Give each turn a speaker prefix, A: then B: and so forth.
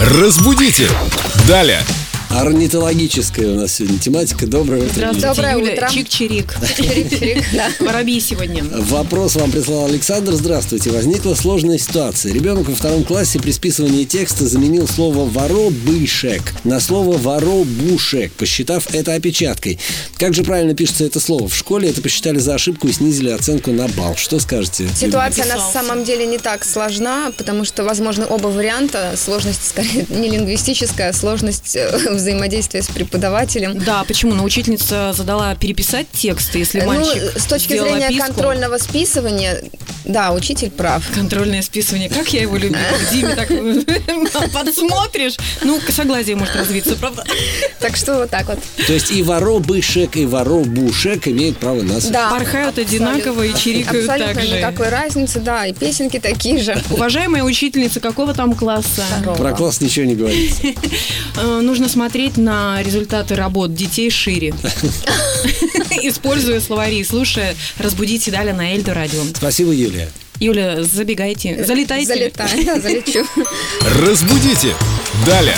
A: Разбудите! Далее!
B: Орнитологическая у нас сегодня тематика. Доброе утро.
C: Здравствуйте.
B: Юлия.
C: Доброе
D: Юля,
C: утро.
D: Чик-чирик.
C: Чирик-чирик, да.
D: Воробей сегодня.
B: Вопрос вам прислал Александр. Здравствуйте. Возникла сложная ситуация. Ребенок во втором классе при списывании текста заменил слово «воробышек» на слово «воробушек», посчитав это опечаткой. Как же правильно пишется это слово? В школе это посчитали за ошибку и снизили оценку на балл. Что скажете? Юлия?
C: Ситуация на
D: Написался.
C: самом деле не так сложна, потому что, возможно, оба варианта. Сложность, скорее, не лингвистическая, а сложность э, взаимодействия с преподавателем.
D: Да, почему? Но учительница задала переписать текст, если
C: Ну,
D: мальчик
C: с точки
D: сделал
C: зрения
D: описку.
C: контрольного списывания, да, учитель прав.
D: Контрольное списывание. Как я его любила. Диме так э, подсмотришь. Ну, согласие может развиться, правда?
C: Так что вот так вот.
B: То есть и воробышек, и воробушек имеют право на существование.
C: Да.
D: Порхают одинаково и чирикают
C: Абсолютно
D: так же.
C: никакой разницы, да, и песенки такие же.
D: Уважаемая учительница, какого там класса?
C: Второго.
B: Про класс ничего не говорится.
D: Э, Нужно смотреть на результаты работ детей шире. Используя словари, слушая, разбудите Даля на Эльдо радио.
B: Спасибо, Юлия.
D: Юля, забегайте, залетайте.
C: Залетай, да, залечу.
A: Разбудите! Далее!